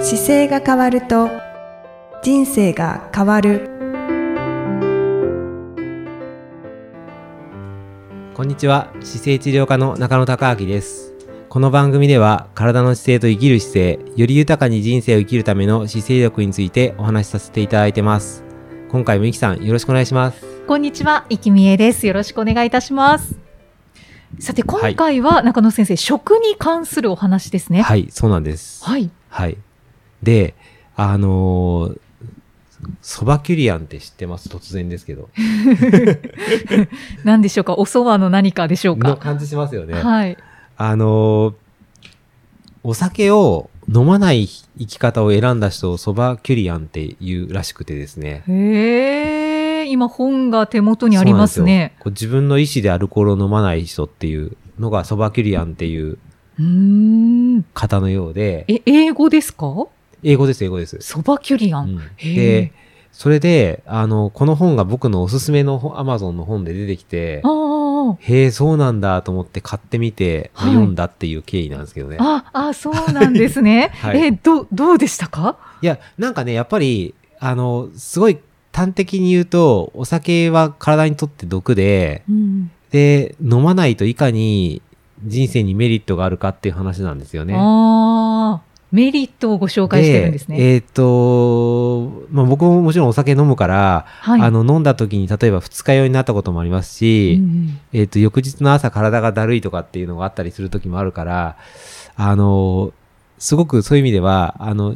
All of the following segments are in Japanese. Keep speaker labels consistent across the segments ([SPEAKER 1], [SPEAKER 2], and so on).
[SPEAKER 1] 姿勢が変わると人生が変わる
[SPEAKER 2] こんにちは姿勢治療科の中野孝明ですこの番組では体の姿勢と生きる姿勢より豊かに人生を生きるための姿勢力についてお話しさせていただいてます今回もゆきさんよろしくお願いします
[SPEAKER 3] こんにちは、いきみえです。よろしくお願いいたします。さて、今回は中野先生、食に関するお話ですね。
[SPEAKER 2] はいそうなんです
[SPEAKER 3] はい。
[SPEAKER 2] はいであのーソバキュリアンって知ってます突然ですけど。
[SPEAKER 3] 何でしょうかおそばの何かでしょう
[SPEAKER 2] の
[SPEAKER 3] か
[SPEAKER 2] 感じしますよね。
[SPEAKER 3] はい。
[SPEAKER 2] あのーお酒を飲まない生き方を選んだ人をソバキュリアンっていうらしくてですね。
[SPEAKER 3] へえ、今本が手元にありま
[SPEAKER 2] そう
[SPEAKER 3] すね。
[SPEAKER 2] なんですよこう自分の意思でアルコールを飲まない人っていうのがソバキュリアンっていう
[SPEAKER 3] うーん。
[SPEAKER 2] 方のようで、
[SPEAKER 3] え、英語ですか
[SPEAKER 2] 英語です、英語です。
[SPEAKER 3] そばキュリア
[SPEAKER 2] う
[SPEAKER 3] ン。
[SPEAKER 2] ん
[SPEAKER 3] へ
[SPEAKER 2] で
[SPEAKER 3] え、
[SPEAKER 2] それで、あの、この本が僕のおすすめのアマゾンの本で出てきて
[SPEAKER 3] あ、ー
[SPEAKER 2] へえ、そうなんだと思って買ってみて、まあ
[SPEAKER 3] はい
[SPEAKER 2] 読んだっていう経緯なんですけどね。
[SPEAKER 3] あ、あ、そうなんですね。
[SPEAKER 2] はい
[SPEAKER 3] え、ど、どうでしたか
[SPEAKER 2] いや、なんかね、やっぱり、あの、すごい端的に言うと、お酒は体にとって毒で、
[SPEAKER 3] うん。
[SPEAKER 2] で、飲まないといかに人生にメリットがあるかっていう話なんですよね。
[SPEAKER 3] ああ、メリットをご紹介してるんですね。
[SPEAKER 2] えっ、と、まあ、僕ももちろんお酒飲むから、
[SPEAKER 3] はい。
[SPEAKER 2] あの、飲んだ時に例えば二日酔いになったこともありますし、
[SPEAKER 3] うんうん
[SPEAKER 2] えっ、と、翌日の朝体がだるいとかっていうのがあったりする時もあるから、あの、すごくそういう意味では、あの、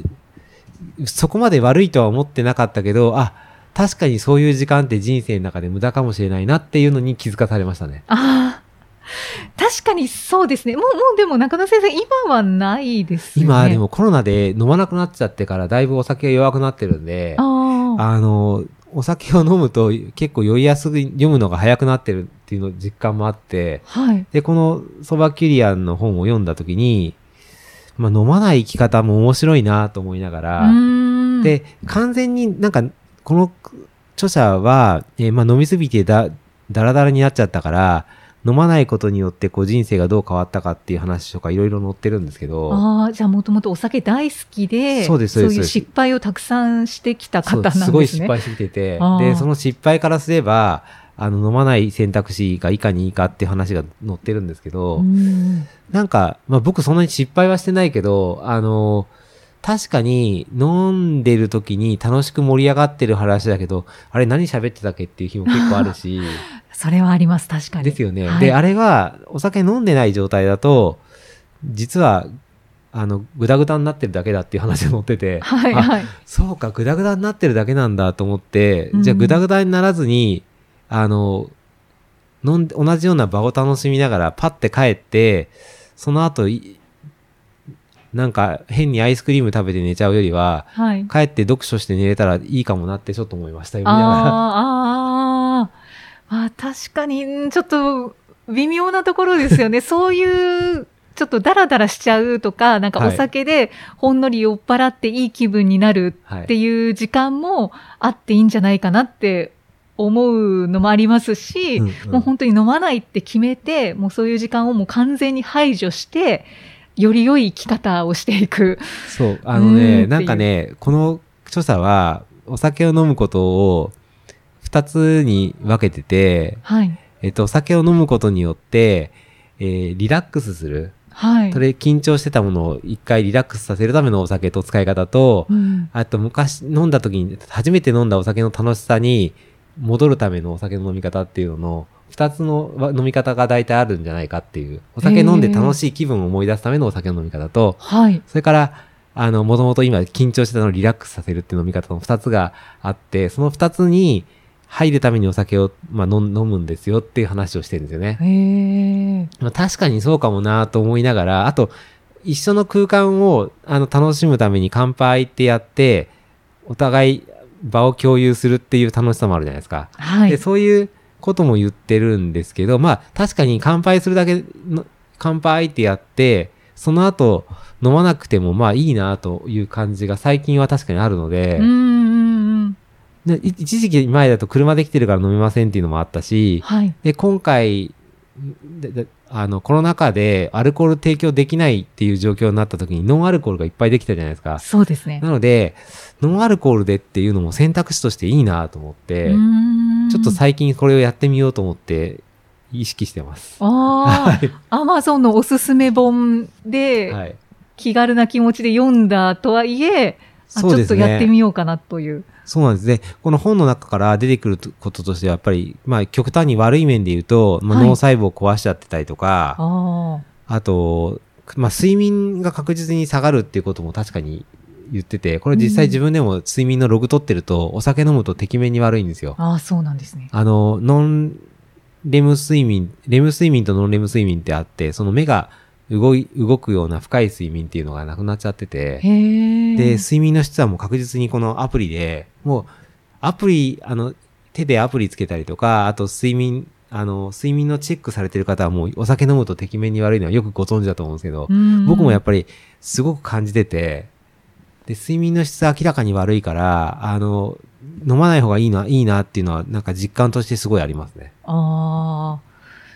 [SPEAKER 2] そこまで悪いとは思ってなかったけど、あ、確かにそういう時間って人生の中で無駄かもしれないなっていうのに気づかされましたね。
[SPEAKER 3] ああ、確かにそうですね。もう、もうでも中野先生、今はないですよね。
[SPEAKER 2] 今、で。もコロナで飲まなくなっちゃってからだいぶお酒が弱くなってるんで、
[SPEAKER 3] ああ、
[SPEAKER 2] あの、お酒を飲むと結構酔いやすい、読むのが早くなってるっていうの実感もあって、
[SPEAKER 3] はい。
[SPEAKER 2] で、このソバキュリアンの本を読んだ時に、まあ飲まない生き方も面白いなと思いなが
[SPEAKER 3] う
[SPEAKER 2] ら、
[SPEAKER 3] ーん。、
[SPEAKER 2] で、完全になんか、この著者は、えーまあ飲みすぎてだ、だらだらになっちゃったから、飲まないことによってこう人生がどう変わったかっていう話とかいろいろ載ってるんですけど、
[SPEAKER 3] ああ、じゃあもともとお酒大好きで、
[SPEAKER 2] そうですそうです
[SPEAKER 3] いう失敗をたくさんしてきた
[SPEAKER 2] そ
[SPEAKER 3] 方
[SPEAKER 2] う
[SPEAKER 3] なんですね。
[SPEAKER 2] すごい失敗してきてて
[SPEAKER 3] あ、ー
[SPEAKER 2] で、その失敗からすれば、あの、飲まない選択肢がいかにいいかっていう話が載ってるんですけど、
[SPEAKER 3] うん
[SPEAKER 2] なんか、まあ僕そんなに失敗はしてないけど、あの、確かに飲んでる時に楽しく盛り上がってる話だけど、あれ何喋ってたっけっていう日も結構あるし、
[SPEAKER 3] そ れはあります、確かに。
[SPEAKER 2] ですよね。
[SPEAKER 3] はい
[SPEAKER 2] で、あれはお酒飲んでない状態だと、実は、あの、ぐだぐだになってるだけだっていう話が載ってて、
[SPEAKER 3] はい、
[SPEAKER 2] あ
[SPEAKER 3] はい。
[SPEAKER 2] そうか、ぐだぐだになってるだけなんだと思って、
[SPEAKER 3] うん
[SPEAKER 2] じゃあぐだぐだにならずに、あの、飲んで同じような場を楽しみながらパッて帰って、その後、いなんか変にアイスクリーム食べて寝ちゃうよりは、
[SPEAKER 3] はい。
[SPEAKER 2] 帰って読書して寝れたらいいかもなってちょっと思いました。読みながら。
[SPEAKER 3] あーあー、まあ確かに、んちょっと微妙なところです よね。そういう、ちょっとダラダラしちゃうとか、なんか
[SPEAKER 2] は
[SPEAKER 3] お
[SPEAKER 2] い
[SPEAKER 3] 酒でほんのり酔っ払っていい気分になる
[SPEAKER 2] は
[SPEAKER 3] って
[SPEAKER 2] い。
[SPEAKER 3] いう時間もあっていいんじゃないかなって思うのもありますし、
[SPEAKER 2] うんう
[SPEAKER 3] もうん本当に飲まないって決めて、もうそういう時間をもう完全に排除して、より良い生き方をしていく。
[SPEAKER 2] そう、あの
[SPEAKER 3] うーんってい
[SPEAKER 2] ね、
[SPEAKER 3] う
[SPEAKER 2] なんかね、この著者は、お酒を飲むことを二つに分けてて、
[SPEAKER 3] はい。
[SPEAKER 2] えっと、お酒を飲むことによって、えーリラックスする。
[SPEAKER 3] はい
[SPEAKER 2] そ。れ、緊張してたものを一回リラックスさせるためのお酒と使い方と
[SPEAKER 3] う、ん
[SPEAKER 2] あと、昔飲んだ時に、初めて飲んだお酒の楽しさに戻るためのお酒の飲み方っていうのの、二つのわ飲み方が大体あるんじゃないかっていう。お酒飲んで楽しい気分を思い出すためのお酒の飲み方と、
[SPEAKER 3] はい。
[SPEAKER 2] それから、あの、もともと今緊張してたのをリラックスさせるっていう飲み方の二つがあって、その二つに入るためにお酒を、まあ、飲ん飲むんですよっていう話をしてるんですよね。
[SPEAKER 3] へえ。
[SPEAKER 2] まあ、確かにそうかもなと思いながら、あと、一緒の空間をあの楽しむために乾杯ってやって、お互い場を共有するっていう楽しさもあるじゃないですか。
[SPEAKER 3] はい。
[SPEAKER 2] でそういうことも言ってるんですけど、まあ確かに乾杯するだけの、乾杯ってやって、その後飲まなくてもまあいいなという感じが最近は確かにあるので、
[SPEAKER 3] うんうんうん。
[SPEAKER 2] でい一時期前だと車で来てるから飲みませんっていうのもあったし、
[SPEAKER 3] はい。
[SPEAKER 2] で、今回でであのコロナ禍でアルコール提供できないっていう状況になった時にノンアルコールがいっぱいできたじゃないですか。
[SPEAKER 3] そうですね。
[SPEAKER 2] なので、ノンアルコールでっていうのも選択肢としていいなと思って、ち
[SPEAKER 3] ょ
[SPEAKER 2] ょっと最近これをやってみようと思って意識してます。
[SPEAKER 3] ああ、アマゾンのおすすめ本で
[SPEAKER 2] はい。
[SPEAKER 3] 気軽な気持ちで読んだとはいえ、あち
[SPEAKER 2] そう
[SPEAKER 3] ょ
[SPEAKER 2] で
[SPEAKER 3] っと
[SPEAKER 2] す
[SPEAKER 3] やってみ
[SPEAKER 2] ね。
[SPEAKER 3] ようかなという。
[SPEAKER 2] そうなんですね。この本の中から出てくることとしては、やっぱり、まあ、極端に悪い面で言うと、まあ
[SPEAKER 3] はい
[SPEAKER 2] 脳細胞を壊しちゃってたりとか、
[SPEAKER 3] あ
[SPEAKER 2] あと、まあ、睡眠が確実に下がるっていうことも確かに言ってて、これ実際自分でも睡眠のログ取ってると、お酒飲むとてきめんに悪いんですよ
[SPEAKER 3] あ。。ああ、そうなんですね。
[SPEAKER 2] あの、ノンレム睡眠、レム睡眠とノンレム睡眠ってあって、その目が動い、動くような深い睡眠っていうのがなくなっちゃって
[SPEAKER 3] へ
[SPEAKER 2] て、
[SPEAKER 3] え。
[SPEAKER 2] で、睡眠の質はもう確実にこのアプリで、もうアプリ、あの、手でアプリつけたりとか、あと睡眠、あの、睡眠のチェックされてる方はもうお酒飲むとてきめんに悪いのはよくご存知だと思うんですけど、僕もやっ
[SPEAKER 3] ぱ
[SPEAKER 2] ぱりすごく感じてて、で、睡眠の質は明らかに悪いから、あの、飲まない方がいいな、いいなっていうのは、なんか実感としてすごいありますね。
[SPEAKER 3] ああ、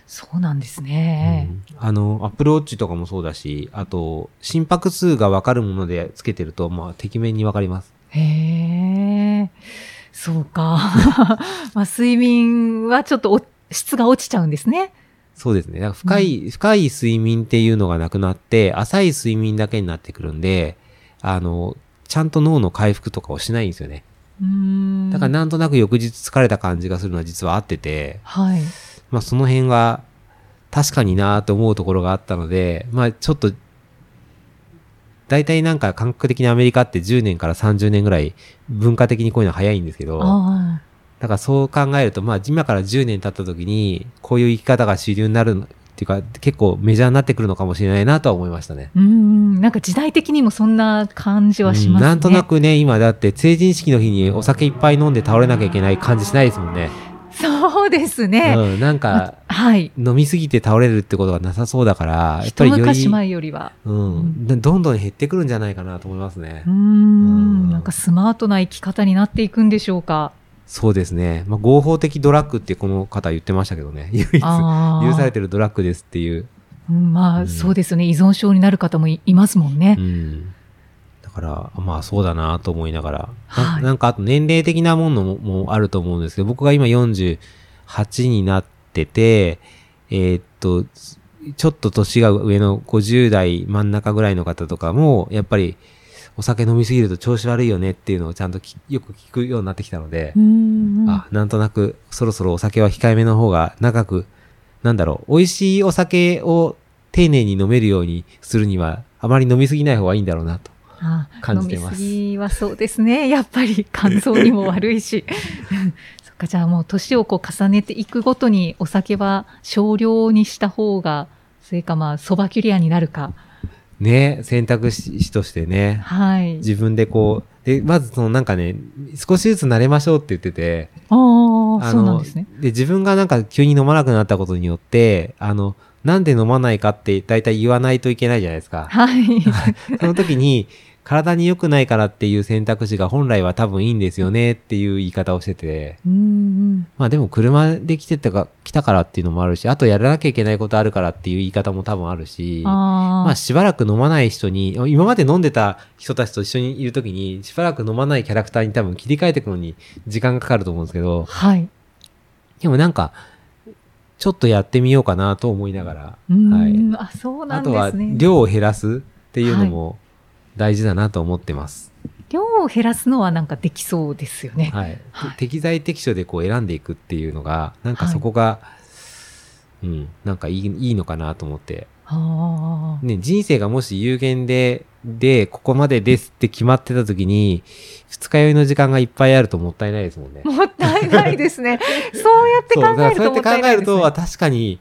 [SPEAKER 3] そうなんですね
[SPEAKER 2] う。んあの、アップルウォッチとかもそうだし、あと、心拍数がわかるものでつけてると、まあ、てきめんにわかります。
[SPEAKER 3] へえ。そうか。 まあ、睡眠はちょっとお質が落ちちゃうんですね。
[SPEAKER 2] そうですね。だから深い、深い睡眠っていうのがなくなって、浅い睡眠だけになってくるんで、あの、ちゃんと脳の回復とかをしないんですよね。
[SPEAKER 3] うーん
[SPEAKER 2] だからなんとなく翌日疲れた感じがするのは実は合ってて、
[SPEAKER 3] はい。
[SPEAKER 2] まあ、その辺は確かになと思うところがあったので、まあ、ちょっと、大体なんか感覚的にアメリカって10年から30年ぐらい文化的にこういうのは早いんですけど、
[SPEAKER 3] あ
[SPEAKER 2] だからそう考えると、まあ今から10年経った時に、こういう生き方が主流になるっていうか、結構メジャーになってくるのかもしれないなとは思いましたね。
[SPEAKER 3] あ。うーん。なんか時代的にもそんな感じはしますね。
[SPEAKER 2] うんなんとな。くね、今だって成人式の日にお酒いっぱい飲んで倒れなきゃいけない感じしないですもんね。
[SPEAKER 3] そうですね。
[SPEAKER 2] うん、なんか、
[SPEAKER 3] はい。
[SPEAKER 2] 飲みすぎて倒れるってことがなさそうだから、やっぱ
[SPEAKER 3] 一
[SPEAKER 2] りよ
[SPEAKER 3] 昔
[SPEAKER 2] り、
[SPEAKER 3] 前よりは。
[SPEAKER 2] うん、どどんどん減ってくるんじゃないかなと思いますね
[SPEAKER 3] うー。。
[SPEAKER 2] うんん
[SPEAKER 3] なんかスマートな生き方になっていくんでしょうか。
[SPEAKER 2] そうですね。まあ、合法的ドラッグってこの方言ってましたけどね。 唯一、許
[SPEAKER 3] ああ。
[SPEAKER 2] されてるドラッグですっていう。
[SPEAKER 3] うんま
[SPEAKER 2] う
[SPEAKER 3] あ、
[SPEAKER 2] ん
[SPEAKER 3] そうですよね。依存症になる方もいいますもんね
[SPEAKER 2] う。ん。だから、まあそうだなと思いながら。
[SPEAKER 3] は
[SPEAKER 2] ないなんかあと年齢的なものももあると思うんですけど、僕が今48になってて、えーっと、ちょっと年が上の50代真ん中ぐらいの方とかも、やっぱりお酒飲みすぎると調子悪いよねっていうのをちゃんときよく聞くようになってきたので
[SPEAKER 3] う、んうん
[SPEAKER 2] あ、なんとなくそろそろお酒は控えめの方が長く、なんだろう、美味しいお酒を丁寧に飲めるようにするには、あまり飲みすぎない方がいいんだろうなと。
[SPEAKER 3] あ
[SPEAKER 2] 感じてます
[SPEAKER 3] 飲みすぎはそうですね。 やっぱり肝臓にも悪いし。 うんそっか、じゃあもう年をこう重ねていくごとにお酒は少量にした方が、それかまあ、ソバキュリアにな るか。
[SPEAKER 2] ね、選択肢としてね、
[SPEAKER 3] はい。
[SPEAKER 2] 自分でこう、で、まずそのなんかね、少しずつ慣れましょうって言ってて、
[SPEAKER 3] ああ、
[SPEAKER 2] あ
[SPEAKER 3] そうなん
[SPEAKER 2] の
[SPEAKER 3] ですね。
[SPEAKER 2] 自分がなんか急に飲まなくなったことによって、あの、なんで飲まないかって大体言わないといけないじゃないですか。
[SPEAKER 3] はい。
[SPEAKER 2] その時に、体に良くないからっていう選択肢が本来は多分いいんですよねっていう言い方をしてて、
[SPEAKER 3] うん
[SPEAKER 2] まあでも車で来てたか、来たからっていうのもあるし、あとやらなきゃいけないことあるからっていう言い方も多分あるし
[SPEAKER 3] うん。、あ
[SPEAKER 2] ま
[SPEAKER 3] あ
[SPEAKER 2] あ、しばらく飲まない人に、今まで飲んでた人たちと一緒にいるときに、しばらく飲まないキャラクターに多分切り替えていくのに時間がかかると思うんですけど、
[SPEAKER 3] はい。
[SPEAKER 2] でもなんか、ちょっとやってみようかなと思いながら、
[SPEAKER 3] うん
[SPEAKER 2] はい。
[SPEAKER 3] あ、そうな
[SPEAKER 2] あ
[SPEAKER 3] ん
[SPEAKER 2] と
[SPEAKER 3] で
[SPEAKER 2] は
[SPEAKER 3] すね。
[SPEAKER 2] 量を減らすっていうのも大事だなと思ってます。
[SPEAKER 3] 量を減らすのはなんかできそうですよね。
[SPEAKER 2] はい。
[SPEAKER 3] はい
[SPEAKER 2] て適材適所でこう選んでいくっていうのが、なんかそこが、うん、なんかいいいいのかなと思って
[SPEAKER 3] ああ。
[SPEAKER 2] ね、人生がもし有限で、で、ここまでですって決まってた時に、二日酔いの時間がいっぱいあるともったいないですもんね。
[SPEAKER 3] もったいないで すね。そうやって
[SPEAKER 2] そう、
[SPEAKER 3] 考
[SPEAKER 2] だか
[SPEAKER 3] え
[SPEAKER 2] ら
[SPEAKER 3] る
[SPEAKER 2] そうや
[SPEAKER 3] と
[SPEAKER 2] っ
[SPEAKER 3] も
[SPEAKER 2] て考
[SPEAKER 3] ったいな
[SPEAKER 2] え
[SPEAKER 3] い
[SPEAKER 2] る
[SPEAKER 3] です
[SPEAKER 2] と、あ
[SPEAKER 3] ね。
[SPEAKER 2] 確かに、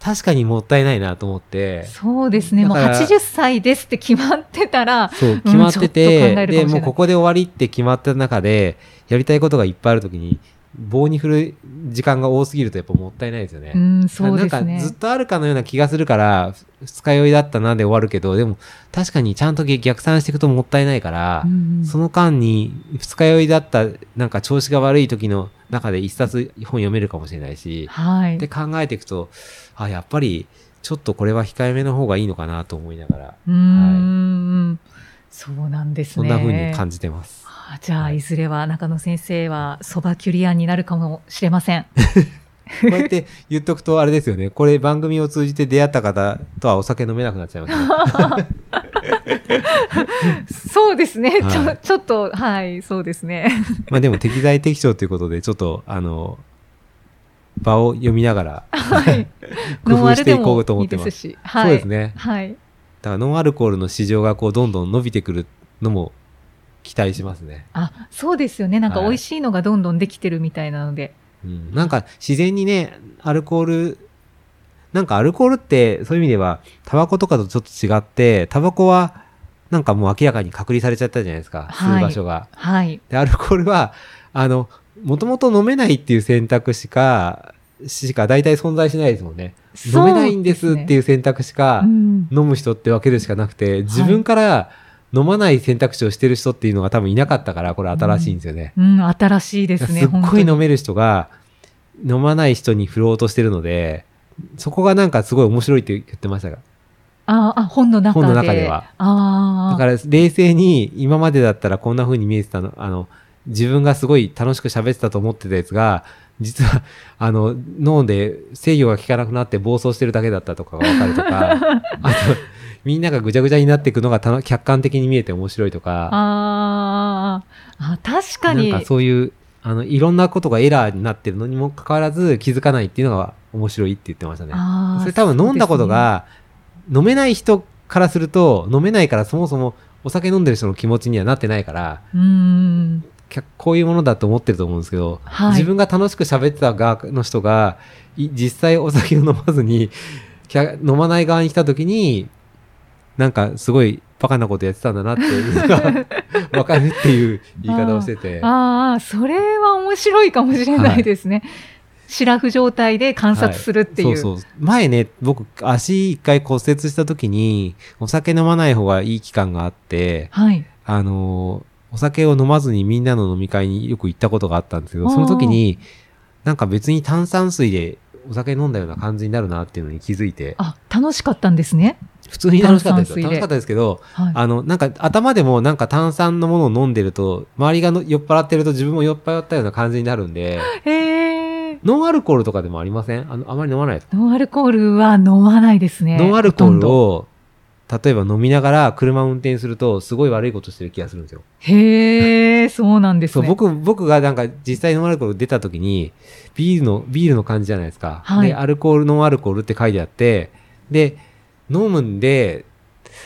[SPEAKER 2] 確かにもったいないなと思って、
[SPEAKER 3] そうですね。もう
[SPEAKER 2] だから
[SPEAKER 3] 80歳ですって決まってたら、
[SPEAKER 2] そう、決まって
[SPEAKER 3] ちょ
[SPEAKER 2] て、
[SPEAKER 3] っと考えるかもしれない
[SPEAKER 2] で、もうここで終わりって決まった中で、やりたいことがいっぱいある時に、棒に振る時間が多すぎるとやっぱもったいないですよね。
[SPEAKER 3] うん、そうです
[SPEAKER 2] なん
[SPEAKER 3] ね
[SPEAKER 2] かずっ。とあるかのような気がするから、二日酔いだったなで終わるけど、でも確かにちゃんと逆算していくともったいないから、
[SPEAKER 3] うんうん
[SPEAKER 2] その間に二日酔いだったなんか調子が悪い時の中で一冊本読めるかもしれないし、
[SPEAKER 3] はい
[SPEAKER 2] で。考えていくと、あ、やっぱりちょっとこれは控えめの方がいいのかなと思いながら、
[SPEAKER 3] うーん、そうなんです
[SPEAKER 2] そ
[SPEAKER 3] ね。
[SPEAKER 2] んな風に感じてます。
[SPEAKER 3] あじゃあ、
[SPEAKER 2] はい
[SPEAKER 3] いずれは中野先生はそばキュリアンになるかもしれま せん。
[SPEAKER 2] こうやって言っとくとあれですよね。これ番組を通じて出会った方とはお酒飲めなくなっちゃいますね。
[SPEAKER 3] そうですね。ち
[SPEAKER 2] は
[SPEAKER 3] ょ
[SPEAKER 2] い
[SPEAKER 3] ちょっと、はい、そうで すね。
[SPEAKER 2] まあでも適材適所ということで、ちょっと、あの、場を読みながら、
[SPEAKER 3] はい。
[SPEAKER 2] 工夫していこうと思ってます
[SPEAKER 3] ノンアルでもいいですし。はい。
[SPEAKER 2] そうですね。
[SPEAKER 3] はい。
[SPEAKER 2] だからノンアルコールの市場がこうどんどん伸びてくるのも期待しますね。
[SPEAKER 3] あ、そうですよね。なんか
[SPEAKER 2] はい
[SPEAKER 3] 美味しいのがどんどんできてるみたいなので。
[SPEAKER 2] うん、なんか自然にね、アルコール、なんかアルコールってそういう意味では、タバコとかとちょっと違って、タバコはなんかもう明らかに隔離されちゃったじゃないですか、吸
[SPEAKER 3] は
[SPEAKER 2] う
[SPEAKER 3] い
[SPEAKER 2] 場所が。
[SPEAKER 3] はい。
[SPEAKER 2] で、アルコールは、あの、もともと飲めないっていう選択しか、しか大体存在しないですもんね。飲めないんですって
[SPEAKER 3] い
[SPEAKER 2] いう選択肢か
[SPEAKER 3] う、ん。
[SPEAKER 2] 飲む人ってわけでしかなくて、自分から飲まない選択肢をしてる人っていうのが多分いなかったから、これ新しいんですよね。
[SPEAKER 3] うん、新しいですね。
[SPEAKER 2] すっ
[SPEAKER 3] 本
[SPEAKER 2] ご
[SPEAKER 3] 当
[SPEAKER 2] い
[SPEAKER 3] に
[SPEAKER 2] 飲める人が、飲まない人に振ろうとしてるので、そこがなんかすごい面白いって言ってましたが。
[SPEAKER 3] ああ、本の中で。
[SPEAKER 2] 本の中では。
[SPEAKER 3] ああ。
[SPEAKER 2] だから冷静に今までだったらこんな風に見えてたの、あの、自分がすごい楽しく喋ってたと思ってたやつが、実は、あの、脳で制御が効かなくなって暴走してるだけだったとかがわかると か、あと、みんながぐちゃぐちゃになっていくのがたの客観的に見えて面白いとか、
[SPEAKER 3] あーあ、確かに。
[SPEAKER 2] なんかそういう、あの、いろんなことがエラーになってるのにもかかわらず気づかないっていうのが面白いって言ってましたね。
[SPEAKER 3] あー
[SPEAKER 2] それ多分飲んだこと、が、飲めない人からすると、飲めないからそもそもお酒飲んでる人の気持ちにはなってないから、
[SPEAKER 3] そうですねうん。
[SPEAKER 2] 客こういうものだと思ってると思うんですけど、
[SPEAKER 3] はい
[SPEAKER 2] 自分が楽しく喋ってた側の人が、い実際お酒を飲まずに、客飲まない側に来た時に、なんかすごいバカなことやってたんだなっていうの がわかるっていう言い方をしてて、
[SPEAKER 3] ああ、それは面白いかもしれないですね。シラフ状態で観察するっていう。
[SPEAKER 2] そうそう。前ね、僕足一回骨折した時に、お酒飲まない方がいい期間があって、
[SPEAKER 3] はい。
[SPEAKER 2] あのーお酒を飲まずにみんなの飲み会によく行ったことがあったんですけ
[SPEAKER 3] お
[SPEAKER 2] ど、
[SPEAKER 3] ー
[SPEAKER 2] その時に、なんか別に炭酸水でお酒飲んだような感じになるなっていうのに気づいて、
[SPEAKER 3] あ、楽しかったんですね。
[SPEAKER 2] 普通に楽しかったですよ。
[SPEAKER 3] 炭酸水で
[SPEAKER 2] 楽しかったですけど、
[SPEAKER 3] はい。
[SPEAKER 2] あの、なんか頭でもなんか炭酸のものを飲んでると、周りがの酔っ払ってると自分も酔っ払ったような感じになるんで、
[SPEAKER 3] へえ。
[SPEAKER 2] ノンアルコールとかでもありませんあの、あまり飲まないです。
[SPEAKER 3] ノンアルコールは飲まないですね。
[SPEAKER 2] ノンアルコー
[SPEAKER 3] ほとん
[SPEAKER 2] ル
[SPEAKER 3] ど。
[SPEAKER 2] を、例えば飲みながら車運転すると、すごい悪いことしてる気がするんですよ。
[SPEAKER 3] へえ、そうなんです
[SPEAKER 2] そ
[SPEAKER 3] ね。
[SPEAKER 2] う、僕、僕がなんか実際ノンアルコール出た時に、ビールの、ビールの感じじゃないですか。
[SPEAKER 3] はい
[SPEAKER 2] で、アルコール、ノンアルコールって書いてあって、で、飲むんで、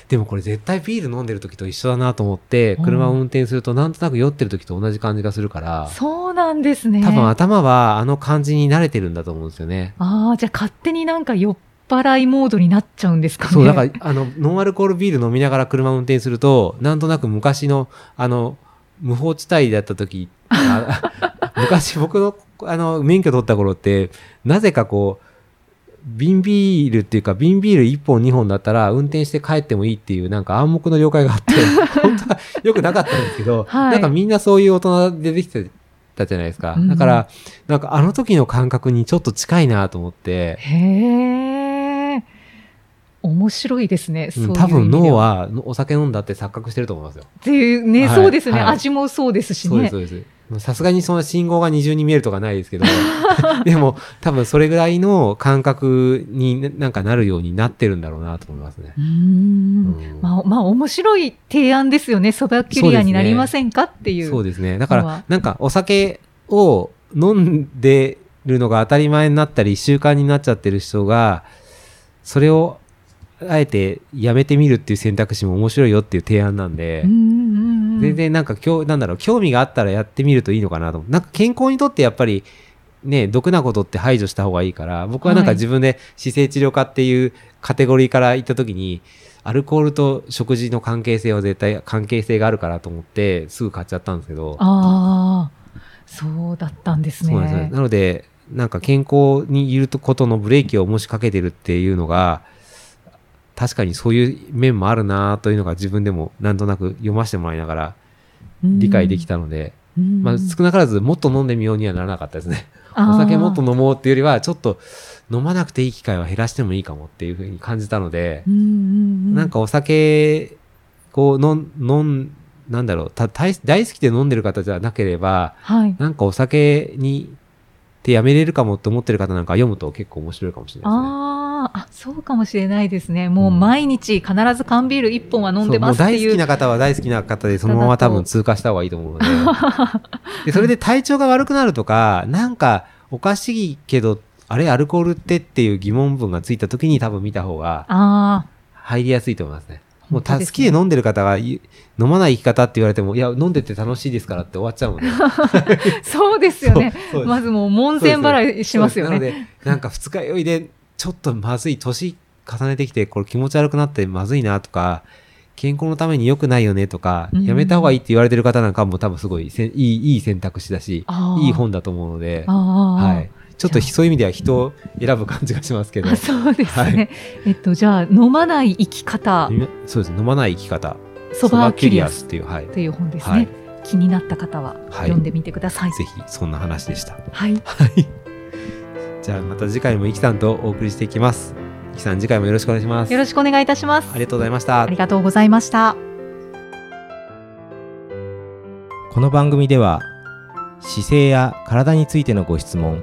[SPEAKER 2] でもこれ絶対ビール飲んでる時と一緒だなと思って、
[SPEAKER 3] うん
[SPEAKER 2] 車を運転するとなんとなく酔ってる時と同じ感じがするから、
[SPEAKER 3] そうなんですね。
[SPEAKER 2] 多分頭はあの感じに慣れてるんだと思うんですよね。
[SPEAKER 3] ああ、じゃあ勝手になんか酔っ払いモードになっちゃうんですかね。
[SPEAKER 2] そう、だから、あの、ノンアルコールビール飲みながら車を運転すると、なんとなく昔の、あの、無法地帯だった時、あ 昔僕の、あの、免許取った頃って、なぜかこう、瓶ビールっていうか、瓶ビール1本2本だったら、運転して帰ってもいいっていう、なんか暗黙の了解があって、 本当は良くなかったんですけど、
[SPEAKER 3] はい
[SPEAKER 2] なんかみんなそういう大人でできてたじゃないですか。
[SPEAKER 3] うん
[SPEAKER 2] だから、なんかあの時の感覚にちょっと近いなと思って、
[SPEAKER 3] へえ。面白いですね。そういううん
[SPEAKER 2] 多分
[SPEAKER 3] 意味で
[SPEAKER 2] 脳はお酒飲んだって錯覚してると思いますよ。
[SPEAKER 3] っていうね、
[SPEAKER 2] はい
[SPEAKER 3] そうですね、
[SPEAKER 2] はい
[SPEAKER 3] 味もそうですし
[SPEAKER 2] そうで
[SPEAKER 3] ね
[SPEAKER 2] す、そうです。さすがにそんな信号が二重に見えるとかないですけど、 でも多分それぐらいの感覚にななんかなるようになってるんだろうなと思いますね
[SPEAKER 3] う。ーん
[SPEAKER 2] うん
[SPEAKER 3] まあ、まあ面白い提案ですよねそばキュリアになりませんかっていう
[SPEAKER 2] そうですね。だか
[SPEAKER 3] のは
[SPEAKER 2] らなんかお酒を飲んでるのが当たり前になったり習慣になっちゃってる人が、それをあえてやめてみるっていう選択肢も面白いよっていう提案なんで、
[SPEAKER 3] うんうんうん
[SPEAKER 2] 全然なんか今日なんだろう興味があったらやってみるといいのかなと思うなんか健康にとってやっぱりね毒なことって排除した方がいいから僕はなん
[SPEAKER 3] は
[SPEAKER 2] か
[SPEAKER 3] い
[SPEAKER 2] 自分で姿勢治療科っていうカテゴリーから行った時にアルコールと食事の関係性は絶対関係性があるからと思ってすぐ買っちゃったんですけど
[SPEAKER 3] ああそうだったんです
[SPEAKER 2] そうなんですよ
[SPEAKER 3] ね
[SPEAKER 2] なのでなんか健康にいることのブレーキをもしかけてるっていうのが確かにそういう面もあるなというのが自分でもなんとなく読ませてもらいながら理解でき
[SPEAKER 3] た
[SPEAKER 2] たので、
[SPEAKER 3] うん
[SPEAKER 2] まあ、少なからずもっと飲んでみようにはならなかったですね。
[SPEAKER 3] あー
[SPEAKER 2] お酒もっと飲もうっていうよりは、ちょっと飲まなくていい機会は減らしてもいいかもっていうふうに感じたので
[SPEAKER 3] う、んうんうん
[SPEAKER 2] なんかお酒、こう、飲ん、飲ん、なんだろう、た大大好きで飲んでる方じゃなければ、
[SPEAKER 3] はい
[SPEAKER 2] なんかお酒に、ってやめれるかもって思ってる方なんか読むと結構面白いかもしれないですね。
[SPEAKER 3] あーあそうかもしれないですねもううん毎日必ず缶ビール1本は飲んで
[SPEAKER 2] そうも
[SPEAKER 3] ま
[SPEAKER 2] う
[SPEAKER 3] すって
[SPEAKER 2] 大
[SPEAKER 3] い
[SPEAKER 2] 好
[SPEAKER 3] う
[SPEAKER 2] きな方は大好きな方でそのまま多分通過した方がいいと思うの ででそれで体調が悪くなるとかなんかおかしいけどあれアルコールってっていう疑問文がついた時に多分見た方が
[SPEAKER 3] あ
[SPEAKER 2] 入りやすいと思いますね。
[SPEAKER 3] あ
[SPEAKER 2] もうた好きで飲んでる方がい飲まない生き方って言われてもいや飲んでて楽しいですからって終わっちゃうので
[SPEAKER 3] そうですよね
[SPEAKER 2] そうそうです
[SPEAKER 3] まずもう門前払いしますよ
[SPEAKER 2] そう
[SPEAKER 3] ね
[SPEAKER 2] ですなので、なんか二日酔いで、ちょっとまずい、年重ねてきて、これ気持ち悪くなってまずいなとか、健康のために良くないよねとか、
[SPEAKER 3] うん
[SPEAKER 2] やめた方がいいって言われてる方なんかも多分すごいせんいい、いい選択肢だし、
[SPEAKER 3] あー
[SPEAKER 2] いい本だと思うので、
[SPEAKER 3] あー
[SPEAKER 2] はい。ちょっとそういう意味では人を選ぶ感じがしますけど
[SPEAKER 3] あ、そうですね、
[SPEAKER 2] はい
[SPEAKER 3] えっとじゃあ飲まない生き方
[SPEAKER 2] みそうですね、飲まない生き方、
[SPEAKER 3] ソバーキュリア
[SPEAKER 2] ソ
[SPEAKER 3] ス
[SPEAKER 2] バキュリアスっていう、
[SPEAKER 3] という本ですね、
[SPEAKER 2] はい。はい。
[SPEAKER 3] 気になった方は
[SPEAKER 2] はい
[SPEAKER 3] 読んでみてください
[SPEAKER 2] ぜひ、そんな話でした。
[SPEAKER 3] はい、
[SPEAKER 2] じゃあ、また次回もイキさんとお送りしていきます。イキさん、次回もよろしくお願いします。
[SPEAKER 3] よろしくお願いいたします
[SPEAKER 2] ありがとうございました
[SPEAKER 3] あ。りがとうございました
[SPEAKER 4] この番組では姿勢や体についてのご質問